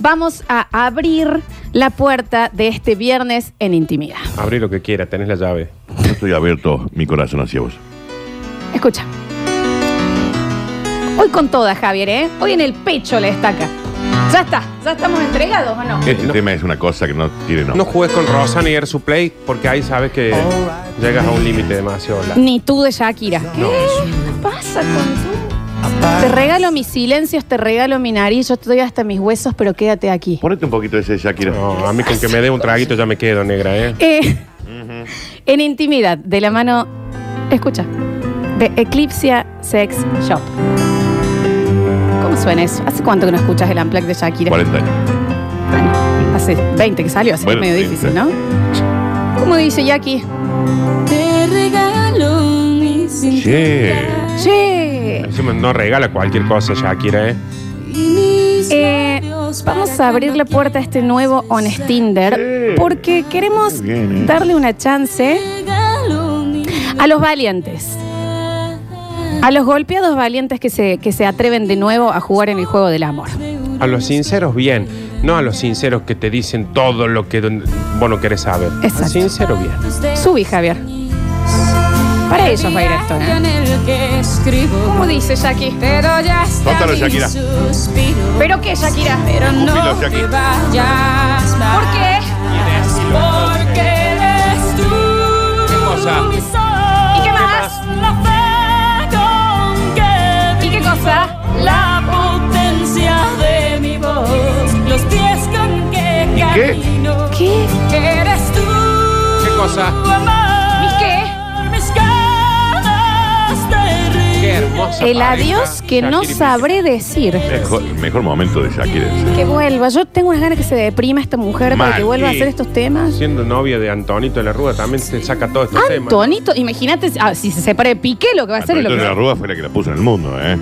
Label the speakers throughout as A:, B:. A: vamos a abrir la puerta de este viernes en intimidad.
B: Abrí lo que quiera, tenés la llave.
C: Yo estoy abierto mi corazón hacia vos.
A: Escucha. Hoy con toda, Javier, ¿eh? Hoy en el pecho la estaca. Ya está, ya estamos entregados o no.
C: Este
B: no.
C: tema es una cosa que no tiene nombre.
B: No juegues con Rosana y Air Supply porque ahí sabes que llegas a un límite demasiado largo.
A: Ni tú de Shakira. ¿Qué pasa con tú? Te regalo mis silencios, te regalo mi nariz, yo estoy hasta mis huesos, pero quédate aquí.
C: Ponete un poquito de ese Shakira.
B: No, a mí con que me dé un traguito ya me quedo, negra, ¿eh?
A: Eh, En intimidad, de la mano, escucha, de Eclipsia Sex Shop. ¿Cómo suena eso? ¿Hace cuánto que no escuchas el Amplac de Shakira?
C: 40 años.
A: Bueno, este hace 20 que salió, así que
C: Bueno,
A: es medio
C: sí,
A: difícil,
C: sí.
A: ¿no? ¿Cómo dice Jackie?
D: Te regalo mis
C: Che.
A: Che,
B: Encima no regala cualquier cosa, Shakira, ¿eh?
A: eh, vamos a abrir la puerta a este nuevo Honest Tinder
C: Sí.
A: porque queremos
C: Muy bien, ¿eh?
A: darle una chance a los valientes, a los golpeados valientes que se, que se atreven de nuevo a jugar en el juego del amor.
B: A los sinceros, bien. No a los sinceros que te dicen todo lo que vos no querés saber.
A: Exacto.
B: Al Sincero, bien.
A: Subí, Javier. Para ellos va a ir esto, ¿eh? ¿Cómo dice Jackie?
C: Tóntalo, Shakira.
A: ¿Pero qué, Shakira?
D: Pero no
C: Escupilo, Shakira.
D: te vayas más.
A: ¿Por qué?
D: Porque eres tú.
B: ¿Qué cosa?
D: mi sol.
A: ¿Y qué más?
D: La fe con que
A: ¿Y qué
D: vivo.
A: cosa?
D: La potencia de mi voz. Los pies con que
C: qué?
D: camino.
A: ¿Qué?
D: Eres tú.
B: ¿Qué cosa?
D: amor.
A: ¿Y qué?
D: Mis ganas de reír.
B: Qué hermosa.
A: El
B: pareja,
A: adiós que no
B: Shakira y
A: sabré decir.
C: Mejor, mejor momento de Shakira.
A: Que vuelva. Yo tengo unas ganas que se deprima esta mujer para
C: Mal,
A: que vuelva a
C: sí.
A: hacer estos
B: Piqué.
A: temas.
B: Siendo novia de Antonito de la Rúa también se saca todo este tema.
A: Antonito, imagínate ah, si se separa de Piqué lo que va a hacer es
C: Antonio
A: lo que
C: de la Rúa fue la que la puso en el mundo, ¿eh?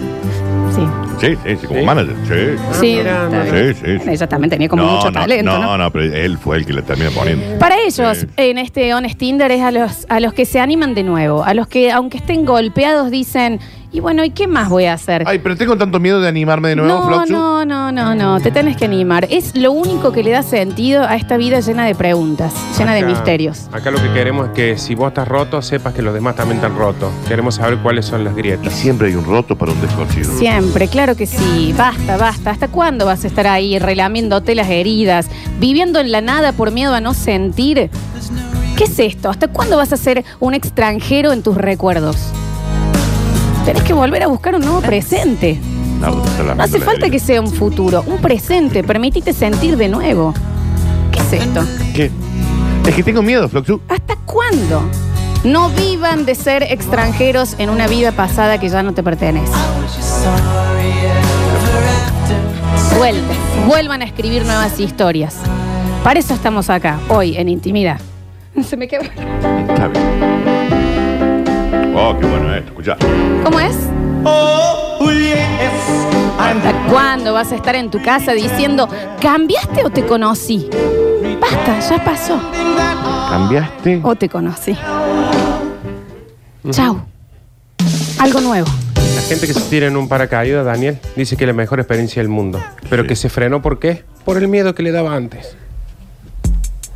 A: Sí.
C: Sí, sí, sí, como
B: ¿Sí?
C: manager. Sí.
A: Sí,
B: mira,
A: está
B: mira.
A: bien.
C: Sí, sí, sí.
A: Ella también tenía como mucho talento, ¿no?
C: no, no, pero él fue el que la termina poniendo.
A: Para ellos,
C: Sí.
A: en este Honest Tinder, es a los, a los que se animan de nuevo, a los que, aunque estén golpeados, dicen, y bueno, ¿y qué más voy a hacer?
C: Ay, pero tengo tanto miedo de animarme de nuevo,
A: no,
C: Floxu.
A: no, no, no, no, te tenés que animar. Es lo único que le da sentido a esta vida llena de preguntas, llena de
B: Acá-
A: misterios.
B: Acá lo que queremos es que si vos estás roto, sepas que los demás también están rotos. Queremos saber cuáles son las
C: Y
B: grietas.
C: siempre hay un roto para un desconocido.
A: Siempre, claro que sí. Basta, basta. ¿Hasta cuándo vas a estar ahí relamiéndote las heridas, viviendo en la nada por miedo a no sentir? ¿Qué es esto? ¿Hasta cuándo vas a ser un extranjero en tus recuerdos? Tenés que volver a buscar un nuevo presente.
C: No, está la-
A: No hace
C: la-
A: falta que sea un futuro, un presente. Permitite sentir de nuevo. ¿Qué es esto?
C: ¿Qué? Es que tengo miedo, Floxu.
A: ¿Hasta cuándo? No vivan de ser extranjeros en una vida pasada que ya no te pertenece. Vuelven, vuelvan a escribir nuevas historias. Para eso estamos acá, hoy, en intimidad. Se me quedó.
C: Está bien. Oh, qué bueno esto, escuchá.
A: ¿Cómo es? ¿Hasta cuándo vas a estar en tu casa diciendo, ¿cambiaste o te conocí? Basta, ya pasó.
C: ¿Cambiaste?
A: O te conocí. Chau. Algo nuevo.
B: La gente que se tira en un paracaídas, Daniel, dice que es la mejor experiencia del mundo. Pero
C: Sí.
B: que se frenó, ¿por qué? Por el miedo que le daba antes.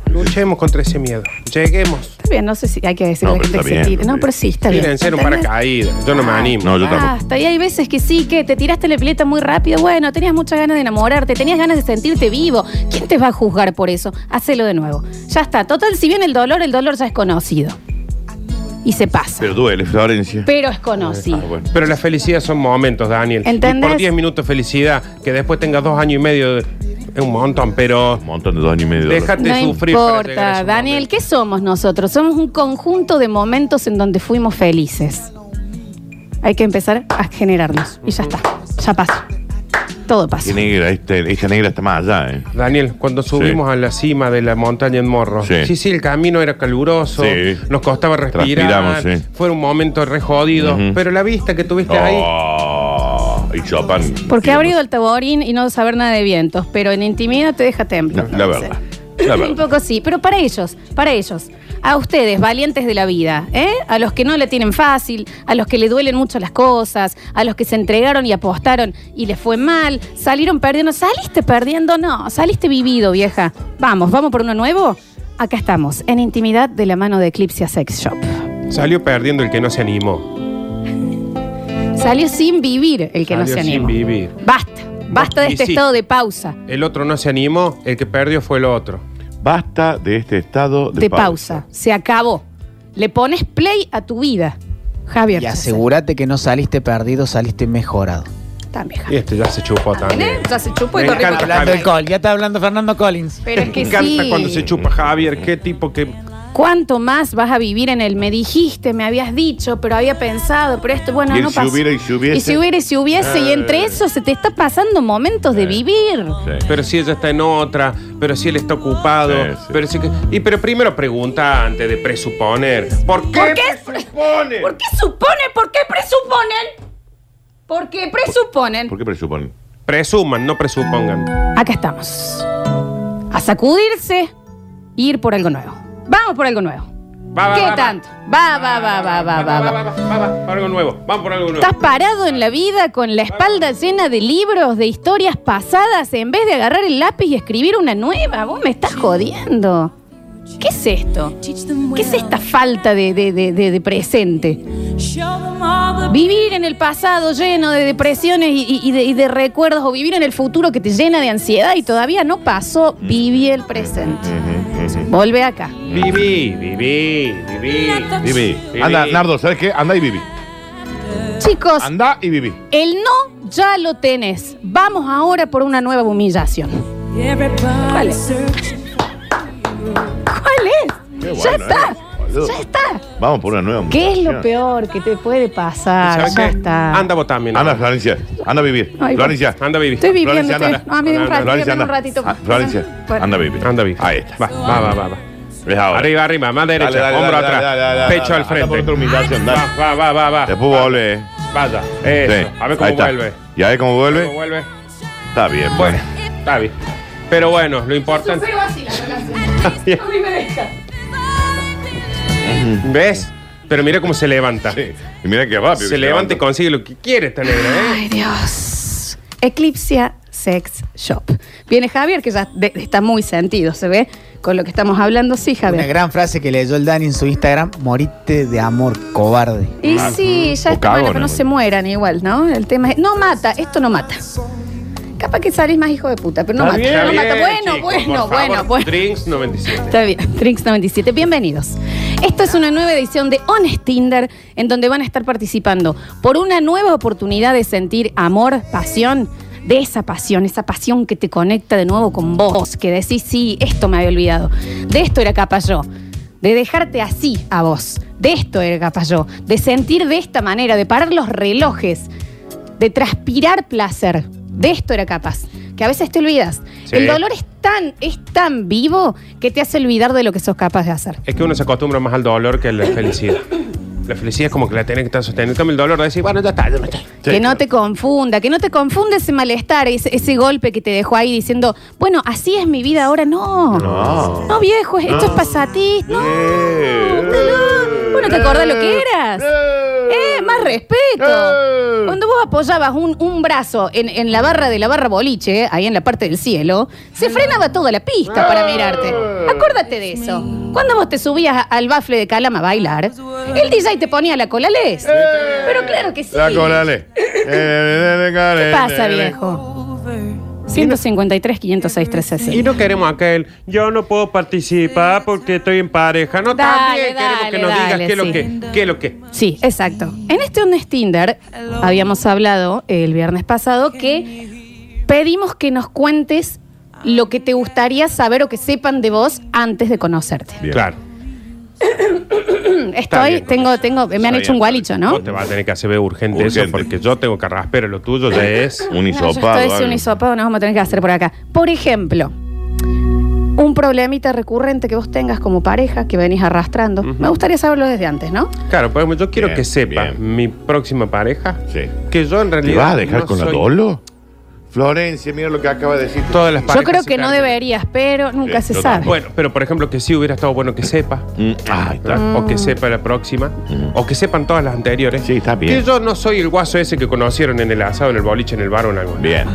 B: Luchemos contra ese miedo. Lleguemos.
A: Está bien, no sé si hay que decir
C: No,
A: la
C: pero
A: gente que
C: está
A: se
C: bien,
A: tire.
C: está
A: No,
C: bien.
A: pero sí, está bien.
B: Tírense en un
A: ¿Entendés?
B: paracaídas. Yo no me animo.
C: Ah, No, yo tampoco.
A: Basta, y hay veces que sí, que te tiraste la pileta muy rápido, bueno, tenías muchas ganas de enamorarte, tenías ganas de sentirte vivo. ¿Quién te va a juzgar por eso? Hacelo de nuevo. Ya está, total, si viene el dolor, el dolor ya es conocido. Y se pasa.
C: Pero duele, Florencia.
A: Pero es conocido.
C: Ah, bueno.
B: Pero la felicidad son momentos, Daniel. Y
A: ¿Entendés?
B: por 10 minutos felicidad, que después tengas dos años y medio, de- es un montón, pero
C: Un montón de dos años y medio. de dolor.
B: déjate
A: No
B: sufrir. para llegar a
A: importa,
B: ese
A: Daniel,
B: momento.
A: ¿qué somos nosotros? Somos un conjunto de momentos en donde fuimos felices. Hay que empezar a generarlos. Y ya está, ya pasó. Todo pasó.
C: Qué negra, este- esta negra está más allá, ¿eh?
B: Daniel, cuando subimos a la cima de la montaña en Morro, sí,
C: Sí.
B: sí, el camino era caluroso,
C: Sí.
B: nos costaba respirar,
C: Transpiramos, sí.
B: fue un momento re jodido,
C: Ujú.
B: pero la vista que tuviste ahí,
C: Oh, y Chopin.
A: Porque ha abrido el taborín y no saber nada de vientos, pero en intimidad te deja temblar.
C: No, la verdad.
A: Un poco sí, pero para ellos, para ellos, a ustedes, valientes de la vida, ¿eh? a los que no la tienen fácil, a los que le duelen mucho las cosas, a los que se entregaron y apostaron y les fue mal, salieron perdiendo, saliste perdiendo, no, saliste vivido, vieja. Vamos, vamos por uno nuevo. Acá estamos, en intimidad de la mano de Eclipse Sex Shop.
B: Salió perdiendo el que no se animó.
A: Salió sin vivir el que no
B: Salió
A: se
B: sin
A: animó.
B: vivir.
A: Basta, basta de
B: Y
A: este
B: sí.
A: estado de pausa,
B: El otro no se animó, el que perdió fue el otro.
C: Basta de este estado de,
A: de pausa. Se acabó. Le pones play a tu vida, Javier.
E: Y asegúrate que no saliste perdido, saliste mejorado.
A: También,
B: Y
A: Javier.
B: este ya se chupó también.
A: ¿Eh? Ya se chupó y
B: Me
A: corrió
B: encanta
A: para
E: Hablando
B: Javier.
E: del col, ya está hablando Fernando Collins.
A: Pero es
B: Me
A: que
B: encanta
A: sí.
B: cuando se chupa Javier, qué tipo que.
A: ¿Cuánto más vas a vivir en el me dijiste, me habías dicho, pero había pensado, pero esto, bueno,
C: Y el
A: no
C: si
A: pasó.
C: hubiera y si hubiese.
A: Y si hubiera y si hubiese, y entre eso se te está pasando momentos de vivir.
C: pausa. Sí.
B: Pero si ella está en otra, pero si él está ocupado,
C: Sí, sí.
B: pero si que- y pero primero pregunta antes de presuponer. ¿Por qué,
A: ¿Por qué?
B: presupone?
A: ¿Por qué suponen? ¿Por qué presuponen? ¿Por qué presuponen?
C: ¿Por qué presuponen?
B: Presuman, no presupongan.
A: Acá estamos. A sacudirse, ir por algo nuevo. Vamos por algo nuevo.
B: Va, va,
A: ¿Qué
B: va, va.
A: tanto? Va, va, va, va, va, va, va.
B: va, va, por algo nuevo. Vamos por algo nuevo.
A: Estás parado en la vida con la espalda llena de libros, de historias pasadas, en vez de agarrar el lápiz y escribir una nueva. Vos me estás jodiendo. ¿Qué es esto? ¿Qué es esta falta de, de- de- de- de presente? Vivir en el pasado lleno de depresiones y, y- y de, y de recuerdos o vivir en el futuro que te llena de ansiedad y todavía no pasó, viví el presente. Volve acá.
B: Viví, viví, viví.
C: Viví.
B: Viví.
C: Anda, Nardo, ¿sabes qué? Anda y viví.
A: Chicos,
C: Anda y viví.
A: el no ya lo tenés. Vamos ahora por una nueva humillación.
D: ¿Cuál es?
A: ¿Cuál es?
C: Qué
A: ya
C: bueno,
A: está.
C: eh, boludo.
A: ya está.
C: Vamos por una nueva.
A: ¿Qué es lo
C: mutación.
A: peor que te puede pasar?
B: ¿Sabes
A: Ah, Ya
B: qué?
A: está.
B: Anda vos también.
C: Anda, Florencia. Anda a vivir.
A: Ay,
C: Florencia.
B: Anda, viví.
A: Estoy viviendo. ah,
C: Florencia,
A: estoy-
C: anda.
A: No, a mí dame un ratito,
C: Florencia,
A: dame
C: anda.
A: un ratito.
C: Ah, Florencia,
A: Bueno.
C: anda a vivir.
B: Anda, viví.
C: Ahí está.
B: Va, va, va, va. va.
C: Es ahora.
B: Arriba, arriba, más derecha,
C: Dale, dale,
B: hombro
C: dale,
B: atrás,
C: dale, dale, dale,
B: pecho
C: dale.
B: al frente.
C: Anda por otra humillación, dale.
B: Va, va, va, va.
C: Después vuelve. eh.
B: Vaya, eso. A
C: Sí.
B: ver
C: Ahí
B: cómo
C: está.
B: vuelve.
C: ¿Y a ver cómo
B: ¿Cómo
C: vuelve?
B: vuelve?
C: Está bien.
B: Bueno, está bien. Pero bueno, lo importante. ¿Ves? Pero mira cómo se levanta.
C: Sí. Y mira qué rápido.
B: Se levanta y consigue lo que quiere esta negra, ¿eh?
A: Ay, Dios. Eclipsia Sex Shop. Viene Javier, que ya de- está muy sentido, ¿se ve? Con lo que estamos hablando, sí,
E: Una
A: Javier.
E: gran frase que leyó el Dani en su Instagram, morite de amor, cobarde.
A: Y sí, ya
C: O
A: está bueno,
C: cagona.
A: pero no se mueran igual, ¿no? El tema es. No mata, esto no mata. Capaz que salís más hijo de puta, pero no
C: Está
A: mata.
C: bien, eh,
A: no mata.
B: Está bien,
A: Bueno,
B: chicos,
A: bueno,
B: por
A: bueno,
B: favor,
A: bueno.
B: Drinks 97.
A: Está bien, Trix 97, bienvenidos. Esta es una nueva edición de Honest Tinder, en donde van a estar participando por una nueva oportunidad de sentir amor, pasión, de esa pasión, esa pasión que te conecta de nuevo con vos, que decís, sí, esto me había olvidado, de esto era capaz yo, de dejarte así a vos, de esto era capaz yo, de sentir de esta manera, de parar los relojes, de transpirar placer. De esto era capaz. Que a veces te olvidas.
B: Sí.
A: El dolor es tan, es tan vivo que te hace olvidar de lo que sos capaz de hacer.
B: Es que uno se acostumbra más al dolor que a la felicidad. La felicidad es como que la tenés que estar sosteniendo. En cambio, el dolor de decir, bueno, ya está, ya no está.
A: que no te confunda, que no te confunda ese malestar, ese, ese golpe que te dejó ahí diciendo, bueno, así es mi vida ahora. No.
C: No.
A: No, viejo, esto es pasatís. No.
C: Eh,
A: dolor. Bueno, ¿te acordás lo que eras? Eh, más respeto. Cuando vos apoyabas un, un brazo en, en la barra de la barra boliche, ahí en la parte del cielo, se frenaba toda la pista para mirarte. Acuérdate de eso. Cuando vos te subías a- al bafle de Calama a bailar, el DJ te ponía la colales. Pero claro que sí.
C: La Eh, colale. ¿Qué
A: ¿Qué pasa, viejo? 153, 506,
B: Y
A: 360.
B: no queremos aquel, yo no puedo participar porque estoy en pareja. No,
A: Dale,
B: también queremos que
A: dale,
B: nos digas
A: dale,
B: qué es
A: sí.
B: lo que, qué es lo que.
A: Sí, exacto. En este Honest Tinder habíamos hablado eh, el viernes pasado que pedimos que nos cuentes lo que te gustaría saber o que sepan de vos antes de conocerte.
C: Bien.
B: Claro.
A: Estoy,
B: bien,
A: tengo, tengo, me han
C: Está
A: hecho un
C: bien,
A: gualicho, ¿no?
B: Vos te vas a tener que hacer ver urgente, eso
C: Urgente.
B: porque yo tengo carraspero, lo tuyo ya es.
C: Un
A: No, yo
C: hisopado.
A: estoy, sí, un
C: algo.
A: hisopado nos vamos a tener que hacer por acá. Por ejemplo, un problemita recurrente que vos tengas como pareja que venís arrastrando. Me gustaría saberlo desde antes, ¿no?
B: Claro, pero yo quiero
C: Bien,
B: que sepa
C: bien.
B: mi próxima pareja
C: Sí.
B: que yo en
C: ¿Te
B: realidad.
C: vas a dejar
B: no
C: con la
B: soy-
C: dolo? Florencia, mira lo que acaba de decir.
B: Todas las
A: Yo
B: parejas
A: creo
B: se
A: que no
B: cambian.
A: deberías, pero nunca
C: Sí,
A: se
C: yo
A: sabe.
C: tampoco.
B: Bueno, pero por ejemplo que sí hubiera estado bueno que sepa.
C: Mm, ah, ahí está.
B: ¿verdad? O
A: Mm.
B: que sepa la próxima. O que sepan todas las anteriores.
C: Sí, está bien.
B: Que yo no soy el guaso ese que conocieron en el asado, en el boliche, en el bar o en algún lado.
C: Bien.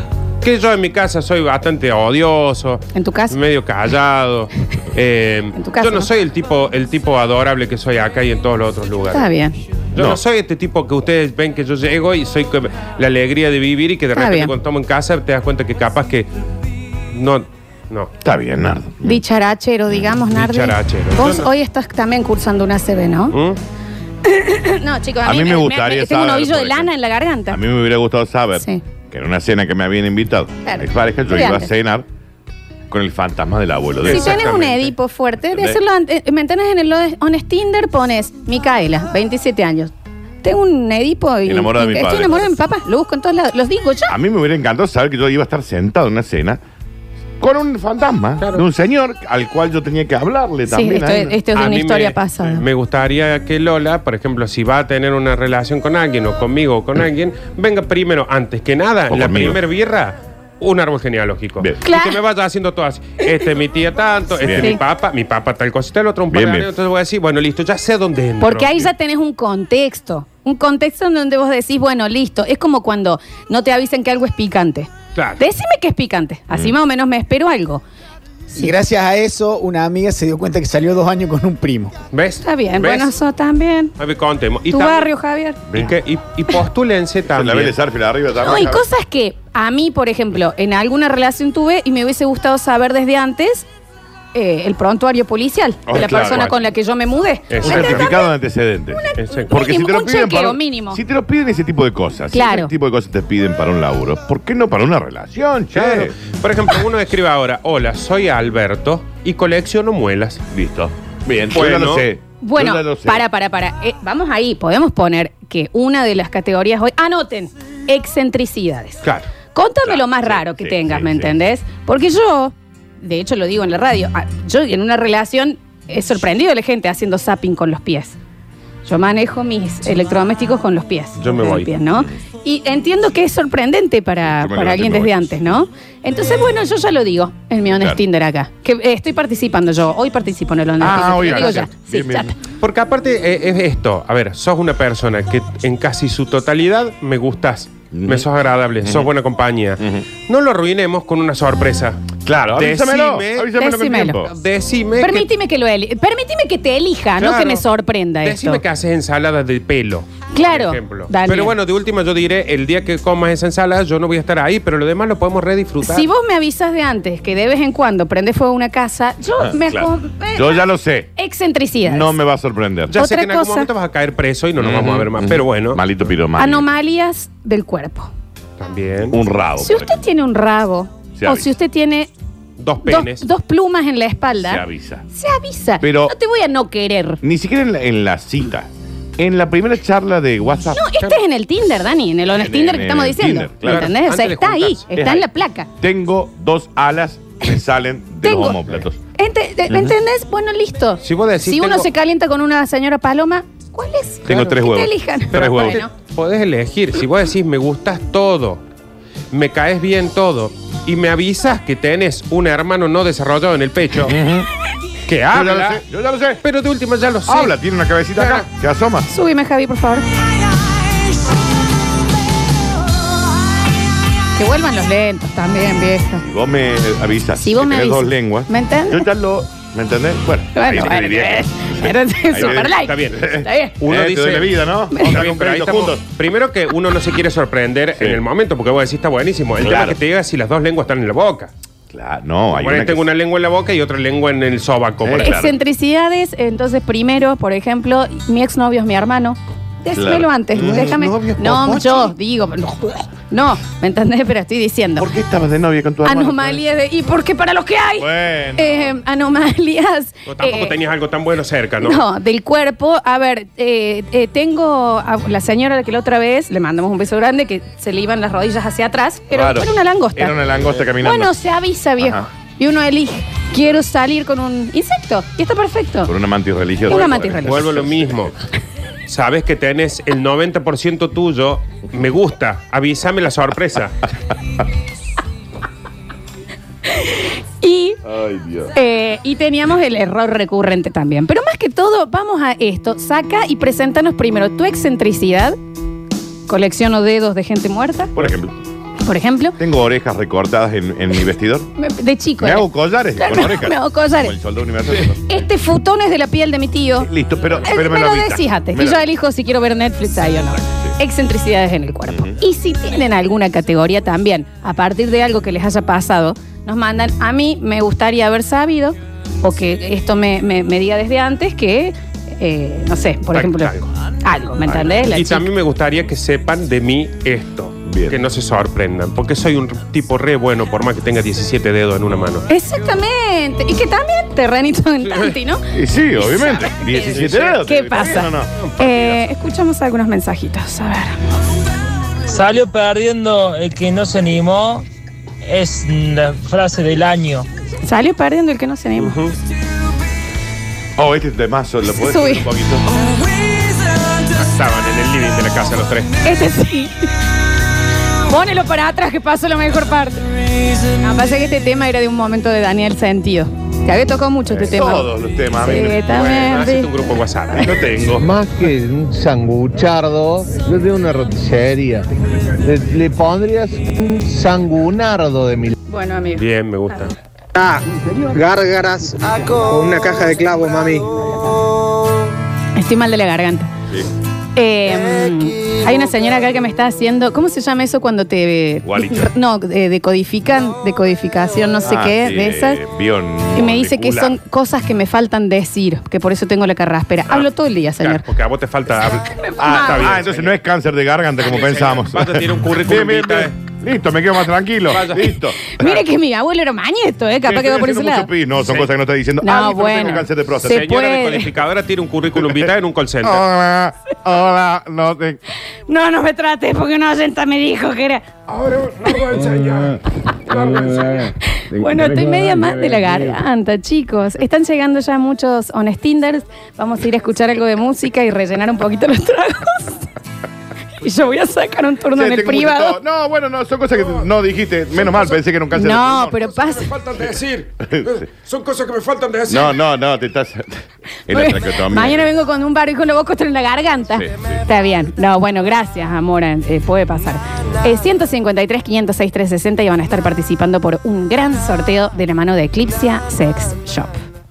B: Que yo en mi casa soy bastante odioso.
A: ¿En tu casa?
B: Medio callado. Eh,
A: En tu casa,
B: yo no,
A: ¿no?
B: soy el tipo, el tipo adorable que soy acá y en todos los otros lugares.
A: Está bien.
B: Yo no.
C: No.
B: soy este tipo que ustedes ven que yo llego y soy que- la alegría de vivir y que de
A: Está
B: repente
A: bien.
B: cuando tomo en casa te das cuenta que capaz que no, no.
C: Está bien, Nardo.
A: Dicharachero, digamos, Nardi.
B: Dicharachero.
A: Vos
B: Yo no-
A: hoy estás también cursando una CB, ¿no?
B: ¿Mm?
A: No, chicos,
C: Uh. A mí me gustaría
A: tengo un
C: saber,
A: ovillo
C: por
A: de lana
C: ejemplo.
A: en la garganta.
C: A mí me hubiera gustado saber
A: Sí.
C: que en una cena que me habían invitado,
A: Claro.
C: ex pareja, yo
A: Sí,
C: iba
A: antes.
C: a cenar con el fantasma del abuelo de
A: Si
C: ella.
A: tenés un
B: Exactamente.
A: Edipo fuerte, de
C: ¿Entendés?
A: hacerlo antes, eh, me entendés en el Honest- Honest Tinder, pones Micaela, 27 años. Tengo un Edipo y.
C: Enamorada de mi
A: estoy
C: padre.
A: enamorada de mi papá, lo busco en todos lados, los digo ya.
C: A mí me hubiera encantado saber que yo iba a estar sentado en una cena con un fantasma
B: Claro.
C: de un señor al cual yo tenía que hablarle
A: Sí,
C: también.
A: esto,
C: ahí.
A: es- esto Este es de
B: A
A: una
B: mí
A: historia
B: me,
A: pasada.
B: Me gustaría que Lola, por ejemplo, si va a tener una relación con alguien o conmigo o con alguien, venga primero, antes que nada,
C: Mm. O
B: la
C: conmigo.
B: primer birra, un árbol genealógico.
C: Bien.
B: Y
A: Claro.
B: que me vaya haciendo todo así. Este es mi tía tanto, este
C: Bien.
B: es
A: Sí.
B: mi papá, mi papá tal cosita, el otro un
C: Bien,
B: par de
C: bien.
B: años, entonces voy a decir, bueno, listo, ya sé dónde entro.
A: Porque ahí ya tenés un contexto. Un contexto en donde vos decís, bueno, listo. Es como cuando no te avisen que algo es picante.
B: Claro.
A: Decime que es picante. Así
C: Mm.
A: más o menos me espero algo.
E: Y gracias a eso, una amiga se dio cuenta que salió dos años con un primo.
B: ¿Ves?
A: Está bien.
B: ¿Ves?
A: Bueno, eso también.
B: A ver, contemos. Y
A: tu
B: también-
A: barrio, Javier.
B: Y, que- y- y postúlense
C: Con la
B: también.
C: Vélez Arfield arriba
A: No, y
C: también.
A: cosas que a mí, por ejemplo, en alguna relación tuve y me hubiese gustado saber desde antes eh, el prontuario policial
C: Oh,
A: de la
C: claro,
A: persona
C: bueno.
A: con la que yo me mudé.
C: Un
B: Exacto.
C: certificado de antecedentes.
B: Eh, Exacto.
C: Porque si
A: Mínimo,
C: te lo
A: un
C: piden
A: chequeo
C: para,
A: mínimo.
C: Si te lo piden ese tipo de cosas, si
A: Claro.
C: ese tipo de cosas te piden para un laburo, ¿por qué no para una relación? Che?
B: Claro. Por ejemplo, uno escribe ahora, hola, soy Alberto y colecciono muelas.
C: Listo. Bien, yo ya
B: Bueno.
C: lo sé.
A: Bueno,
C: Yo ya lo sé.
A: para, para, para. Eh, vamos ahí, podemos poner que una de las categorías hoy. Anoten, excentricidades.
B: Claro.
A: Contame
C: Claro,
A: lo más
C: sí,
A: raro que
C: sí,
A: tengas,
C: sí,
A: ¿me
C: sí.
A: entendés? Porque yo, de hecho lo digo en la radio, ah, yo en una relación he sorprendido a la gente haciendo zapping con los pies. Yo manejo mis electrodomésticos con los pies.
B: Yo me
A: con los
B: voy.
A: pies, ¿no? Y entiendo que es sorprendente para, para
C: Yo me levanto y
A: alguien
C: me
A: desde
C: voy.
A: antes, ¿no? Entonces, bueno, yo ya lo digo en mi Honest
C: Claro.
A: Tinder acá. Que eh, estoy participando yo. Hoy participo en el Honest
C: Ah,
A: Tinder.
C: hoy
A: Lo digo ya.
C: ganaste.
A: Sí,
C: Bien, bien.
A: ya.
B: Porque aparte eh, es esto, a ver, sos una persona que en casi su totalidad me gustas, me sos agradable, sos buena compañía. No lo arruinemos con una sorpresa.
C: Claro, avísamelo.
B: Decime-
C: avísamelo con
A: decímelo.
C: tiempo.
B: Decime que,
A: Permíteme que, lo eli- permíteme que te elija, no
B: Claro.
A: que me sorprenda
B: decime
A: esto.
B: que haces ensalada de pelo.
A: Claro,
B: Por ejemplo.
A: dale.
B: Pero bueno, de última yo diré, el día que comas esa ensalada yo no voy a estar ahí, pero lo demás lo podemos redisfrutar.
A: Si vos me avisas de antes que de vez en cuando prende fuego una casa, yo
C: Ah,
A: me
C: claro.
A: acom- eh,
C: Yo ya lo sé.
A: Excentricidades.
C: No me va a sorprender.
B: ya sé
A: otra
B: que en algún
A: cosa.
B: momento vas a caer preso y no nos vamos a ver más,
C: Ujú.
B: pero bueno,
C: Malito
A: Ah,
C: piromano.
A: Anomalías del cuerpo.
B: también.
C: Un rabo.
A: Si
C: por
A: usted
C: ejemplo.
A: tiene un rabo
C: Oh, Se
A: o
C: avisa.
A: si usted tiene
B: dos penes.
A: dos, dos plumas en la
C: Se
A: espalda,
C: avisa.
A: se avisa.
C: Pero-
A: no te voy a no querer.
C: Ni siquiera en la, en la cita. En la primera charla de WhatsApp.
A: Este es en el Tinder, Dani, en el Honest
C: En-
A: Tinder
C: en-
A: que estamos
C: en el
A: diciendo.
C: Tinder, claro.
A: ¿Entendés? O sea,
B: Antes de
A: está ahí,
B: juntarse.
A: está
C: Es
A: en
C: ahí.
A: la placa.
C: Tengo dos alas que salen de
A: Tengo.
C: los homóplatos.
A: Ente- de- ¿Entendés? Bueno, listo.
B: Si vos decís,
A: Si uno
B: tengo-
A: se calienta con una señora paloma, ¿cuál es?
C: Tengo tres
A: Que te
C: huevos.
A: elijan.
C: Tres
A: Bueno.
C: huevos.
B: Podés elegir. Si vos decís, me gustas todo, me caes bien todo, y me avisas que tenés un hermano no desarrollado en el pecho, que
C: Yo ya lo
B: habla,
C: sé. Yo ya lo sé.
B: pero de última ya lo sé.
C: Habla, tiene una cabecita acá. Se asoma.
A: Súbime, Javi, por favor. Que vuelvan los lentos también, vieja.
C: Y vos me avisas.
A: Si vos
C: que
A: me
C: tenés
A: avisas.
C: dos lenguas.
A: ¿Me entendés?
C: Yo ya lo. ¿Me entendés? Bueno. ahí
A: Bueno,
C: te
A: bueno,
C: diría.
A: eh, pero es
C: Ahí
A: super
C: te-
A: like.
B: Está bien.
A: Está bien.
B: Uno
C: Eh, te
B: dice.
C: doy la vida, ¿no?
B: Está bien,
C: Vamos a
B: pero ahí
C: comprarlo
B: estamos-
C: juntos.
B: Primero que uno no se quiere sorprender
C: Sí.
B: en el momento, porque vos decís está buenísimo. El tema
C: Claro.
B: es que te llega si las dos lenguas están en la boca.
C: Claro, no, hay
B: Por ahí
C: una que-
B: tengo una lengua en la boca y otra lengua en el sobaco.
C: Eh,
B: por ejemplo.
C: claro.
A: Excentricidades, entonces primero, por ejemplo, mi exnovio es mi hermano. Decímelo
C: Claro.
A: antes,
C: Mm,
A: déjame.
E: novio es
A: No,
E: popochi.
A: yo digo, no, no, ¿me entendés? Pero estoy diciendo.
C: ¿Por qué estabas de novia con tu hermano?
A: Anomalías de. ¿Y por qué para los que hay?
C: Bueno.
A: Eh, anomalías.
B: O tampoco
A: eh,
B: tenías algo tan bueno cerca, ¿no?
A: No. del cuerpo. A ver, eh, eh, tengo a la señora que la otra vez le mandamos un beso grande que se le iban las rodillas hacia atrás, pero
C: Raro.
A: era una langosta.
C: Era una langosta caminando.
A: bueno, se avisa, viejo.
C: Ajá.
A: Y uno elige, quiero salir con un insecto. Y está perfecto.
C: Por una mantis religiosa.
A: Una mantis religiosa.
B: Vuelvo a lo mismo. Sabes que tenés el 90% tuyo, me gusta, avísame la sorpresa.
A: Y
C: Ay, Dios.
A: Eh, y teníamos el error recurrente también. Pero más que todo, vamos a esto. Saca y preséntanos primero tu excentricidad. Colecciono dedos de gente muerta,
C: Por ejemplo,
A: por ejemplo.
C: tengo orejas recortadas en, en mi vestidor.
A: Me- De chico.
C: Me
A: era.
C: hago collares
A: Claro,
C: con
A: me-
C: orejas.
A: me hago collares.
C: Como el soldado universal.
A: Este futón es de la piel de mi tío.
C: Listo, pero,
A: Eh,
C: pero me, lo avisas.
A: decís antes.
C: Me
A: Y
C: lo-
A: yo elijo si quiero ver Netflix ahí o no. Excentricidades en el cuerpo. Y si tienen alguna categoría también, a partir de algo que les haya pasado, nos mandan, a mí me gustaría haber sabido, o que esto me, me- me diga desde antes, que, eh, no sé, por
B: Tal-
A: ejemplo,
B: algo.
A: algo, ¿me entendés? La
B: Y
A: chica-
B: también me gustaría que sepan de mí esto.
C: Bien.
B: Que no se sorprendan, porque soy un tipo re bueno, por más que tenga 17 dedos en una mano.
A: Exactamente. Y que también terrenito en Tanti, ¿no?
C: Y sí, obviamente. 17 dedos.
A: ¿Qué
C: te-
A: pasa?
C: No, no.
A: Eh, escuchamos algunos mensajitos, a ver.
F: Salió perdiendo el que no se animó. Es la frase del año.
A: Salió perdiendo el que no se anima.
C: Oh, este temazo, ¿lo puedes
A: Subí. Ah,
C: subir un poquito?
B: Estaban en el living de la casa los tres.
A: Ese sí. Pónelo para atrás que pasó la mejor parte. No, pasa que este tema era de un momento de Daniel Sentido. Te había tocado mucho este tema.
C: Todos los temas. a mí
A: Sí,
C: me-
A: también,
C: Bueno,
A: sí.
B: Hacete un grupo WhatsApp.
C: No tengo.
G: Más que un sanguchardo, yo tengo una roticería. Le, le pondrías un sangunardo de mi
A: Bueno, amigo.
B: Bien, me gusta.
H: Ah, Gárgaras con una caja de clavos, mami.
A: Estoy mal de la garganta.
C: Sí.
A: Eh, hay una señora acá que me está haciendo. ¿Cómo se llama eso cuando te.
C: Gualicho.
A: No, eh, decodifican, decodificación, no sé
C: Ah,
A: qué,
C: sí,
A: de esas.
C: Bion.
A: Y me dice que son
C: molecular.
A: cosas que me faltan decir, que por eso tengo la carraspera.
B: Ah.
A: Hablo todo el día, señor.
B: Claro, porque a vos te falta. habl-
C: Ah, está bien.
B: Ah,
C: Ah, entonces no es cáncer de garganta como
B: Señor,
C: pensábamos.
B: vas a tener un currículum
C: Bien, bien,
B: vitae.
C: bien. Listo, me quedo más tranquilo.
B: Vaya.
C: Listo.
A: Mire que mi abuelo era mañeto, ¿eh? Capaz
C: Sí,
A: que va
C: estoy
A: por ese
C: haciendo
A: lado.
C: mucho pis. No, son
B: Sí.
C: cosas que no está diciendo.
A: No,
C: ah, listo,
A: bueno.
C: tengo cáncer de próstata.
A: Se
B: Señora
A: puede.
B: decodificadora tiene un currículum vitae en un call center.
C: Hola, hola, no te.
A: No, no me trates porque una oyenta me dijo que era. Bueno, estoy media más de la garganta, chicos. Están llegando ya muchos on Tinders. Vamos a ir a escuchar algo de música y rellenar un poquito los tragos. Y yo voy a sacar un turno
C: Sí,
A: en el
C: tengo mucho todo.
A: privado.
C: No, bueno, no, son cosas que no dijiste. Menos mal, pensé que era un cáncer
A: No,
C: de
A: pero pasa.
B: faltan de decir.
C: Sí.
B: Son cosas que me faltan de decir.
C: No, no, no, te estás. en la traqueotomía.
A: Mañana vengo con un barrio y con la boca en la garganta.
C: Sí, sí.
A: Está bien. No, bueno, gracias, amor. eh, puede pasar. Eh, 153, 506, 360 y van a estar participando por un gran sorteo de la mano de Eclipsia Sex Shop.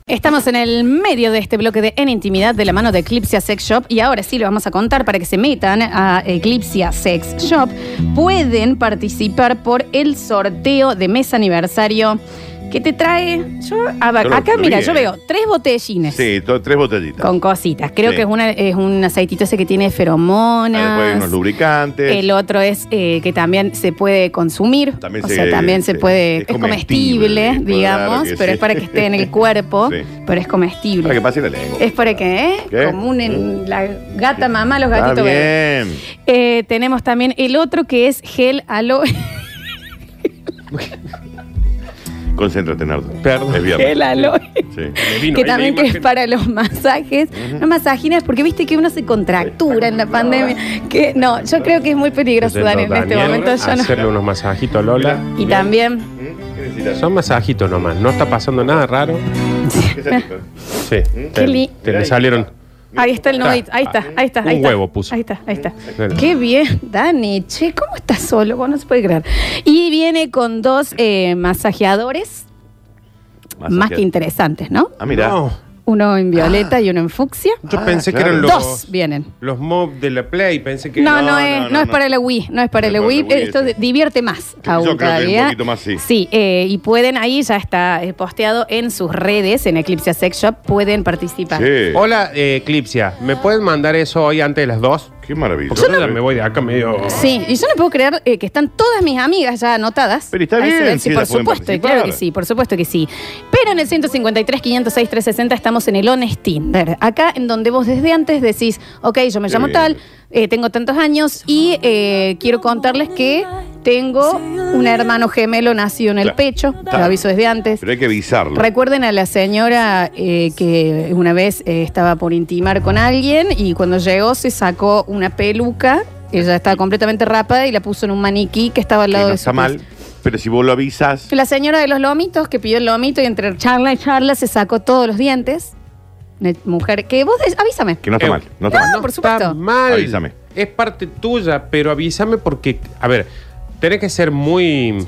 A: Estamos en el medio de este bloque de En Intimidad de la mano de Eclipsia Sex Shop y ahora sí lo vamos a contar para que se metan a Eclipsia Sex Shop. Pueden participar por el sorteo de mes aniversario que te trae. Yo, a ver,
C: Yo lo-
A: acá,
C: lo
A: mira,
C: vi,
A: yo
C: eh.
A: veo tres botellines.
C: Sí, to- tres botellitas. Ah,
A: Con cositas. Creo
C: Sí.
A: que es, una, es un aceitito ese que tiene
C: Ah, Después hay
A: feromonas.
C: unos lubricantes.
A: El otro es eh, que también se puede consumir.
C: También
A: o
C: se-
A: sea, también se
C: se-
A: puede.
C: es
A: Es, comestible,
C: comestible, claro
A: digamos,
C: que
A: pero
C: sí.
A: es para que esté en el cuerpo.
C: Sí.
A: Pero es comestible.
C: Para que pase la lengua.
A: es para que, ¿eh?
C: ¿Qué? Mm.
A: Como un- en- la gata mamá, los
C: Está
A: gatitos verdes.
C: bien.
A: Eh, tenemos también el otro que es gel aloe.
C: Concéntrate, Nardo.
B: Perdón.
C: Es viernes.
A: gel aloe.
C: Sí.
B: Me vino
A: que
B: ahí la
A: también que es
B: imagen.
A: para los masajes, no masajinas, porque viste que uno se contractura en la pandemia. Que no, yo creo que es muy peligroso
B: Yendo
A: dar en este
B: Daniel
A: momento. Yo no.
B: Hacerle unos masajitos a Lola.
A: Y también,
C: ¿Qué necesitas?
B: ¿Mm? Son masajitos nomás, no está pasando nada raro.
C: ¿Qué necesitas?
B: Sí. Te,
A: li-
B: te le salieron.
A: ahí está el
B: Está.
A: nodito, ahí está, ahí está.
B: Un
A: ahí está.
B: huevo puso.
A: Ahí está, ahí está.
B: Claro.
A: Qué bien, Dani, che, ¿cómo estás solo? Vos no se puede creer. Y viene con dos eh, masajeadores más que interesantes, ¿no?
C: Ah, mira.
B: No,
A: Uno en violeta y uno en fucsia.
B: yo
C: Ah,
B: pensé
C: claro.
B: que eran los,
A: Dos vienen.
B: los mobs de la Play, pensé que
A: No, no,
C: No,
A: es,
C: no,
A: no,
C: no,
A: es
C: no.
A: para la Wii, no es para
C: No
A: la
C: es para
A: Wii.
C: la Wii,
A: Esto
C: ese.
A: divierte más
C: Yo
A: aún
C: creo que un
A: todavía.
C: poquito más, sí.
A: Sí, eh, y pueden, ahí ya está eh, posteado en sus redes, en Eclipse Sex Shop, pueden participar.
C: Sí.
B: Hola, eh, Eclipsia, ¿me
A: Ah.
B: pueden mandar eso hoy antes de las dos?
C: Qué maravilloso.
B: Porque ahora me voy de acá medio.
A: Sí, y yo no puedo creer eh, que están todas mis amigas ya anotadas.
C: Pero está
A: Ahí se
C: bien,
A: ven, sí,
C: si
A: por
C: ellas pueden
A: supuesto,
C: participar.
A: claro que sí, por supuesto que sí. Pero en el 153, 506, 360 estamos en el Honest Tinder. Acá en donde vos desde antes decís, ok, yo me
C: Qué
A: llamo
C: bien.
A: tal, eh, tengo tantos años y eh, quiero contarles que tengo un hermano gemelo nacido en el
C: Claro.
A: pecho, lo aviso desde antes.
C: Pero hay que avisarlo.
A: Recuerden a la señora eh, que una vez eh, estaba por intimar con alguien y cuando llegó se sacó una peluca. Ella estaba completamente rapada y la puso en un maniquí que estaba al
C: Que
A: lado
C: no
A: de su
C: está
A: casa.
C: mal. Pero si vos lo avisas,
A: La señora de los lomitos que pidió el lomito y entre charla y charla se sacó todos los dientes. Una mujer que vos des- avísame.
C: que no está
B: Eh,
C: mal. No está
A: no,
C: mal.
A: por supuesto.
B: Está mal.
C: Avísame.
B: Es parte tuya, pero avísame porque, a ver, tenés que ser muy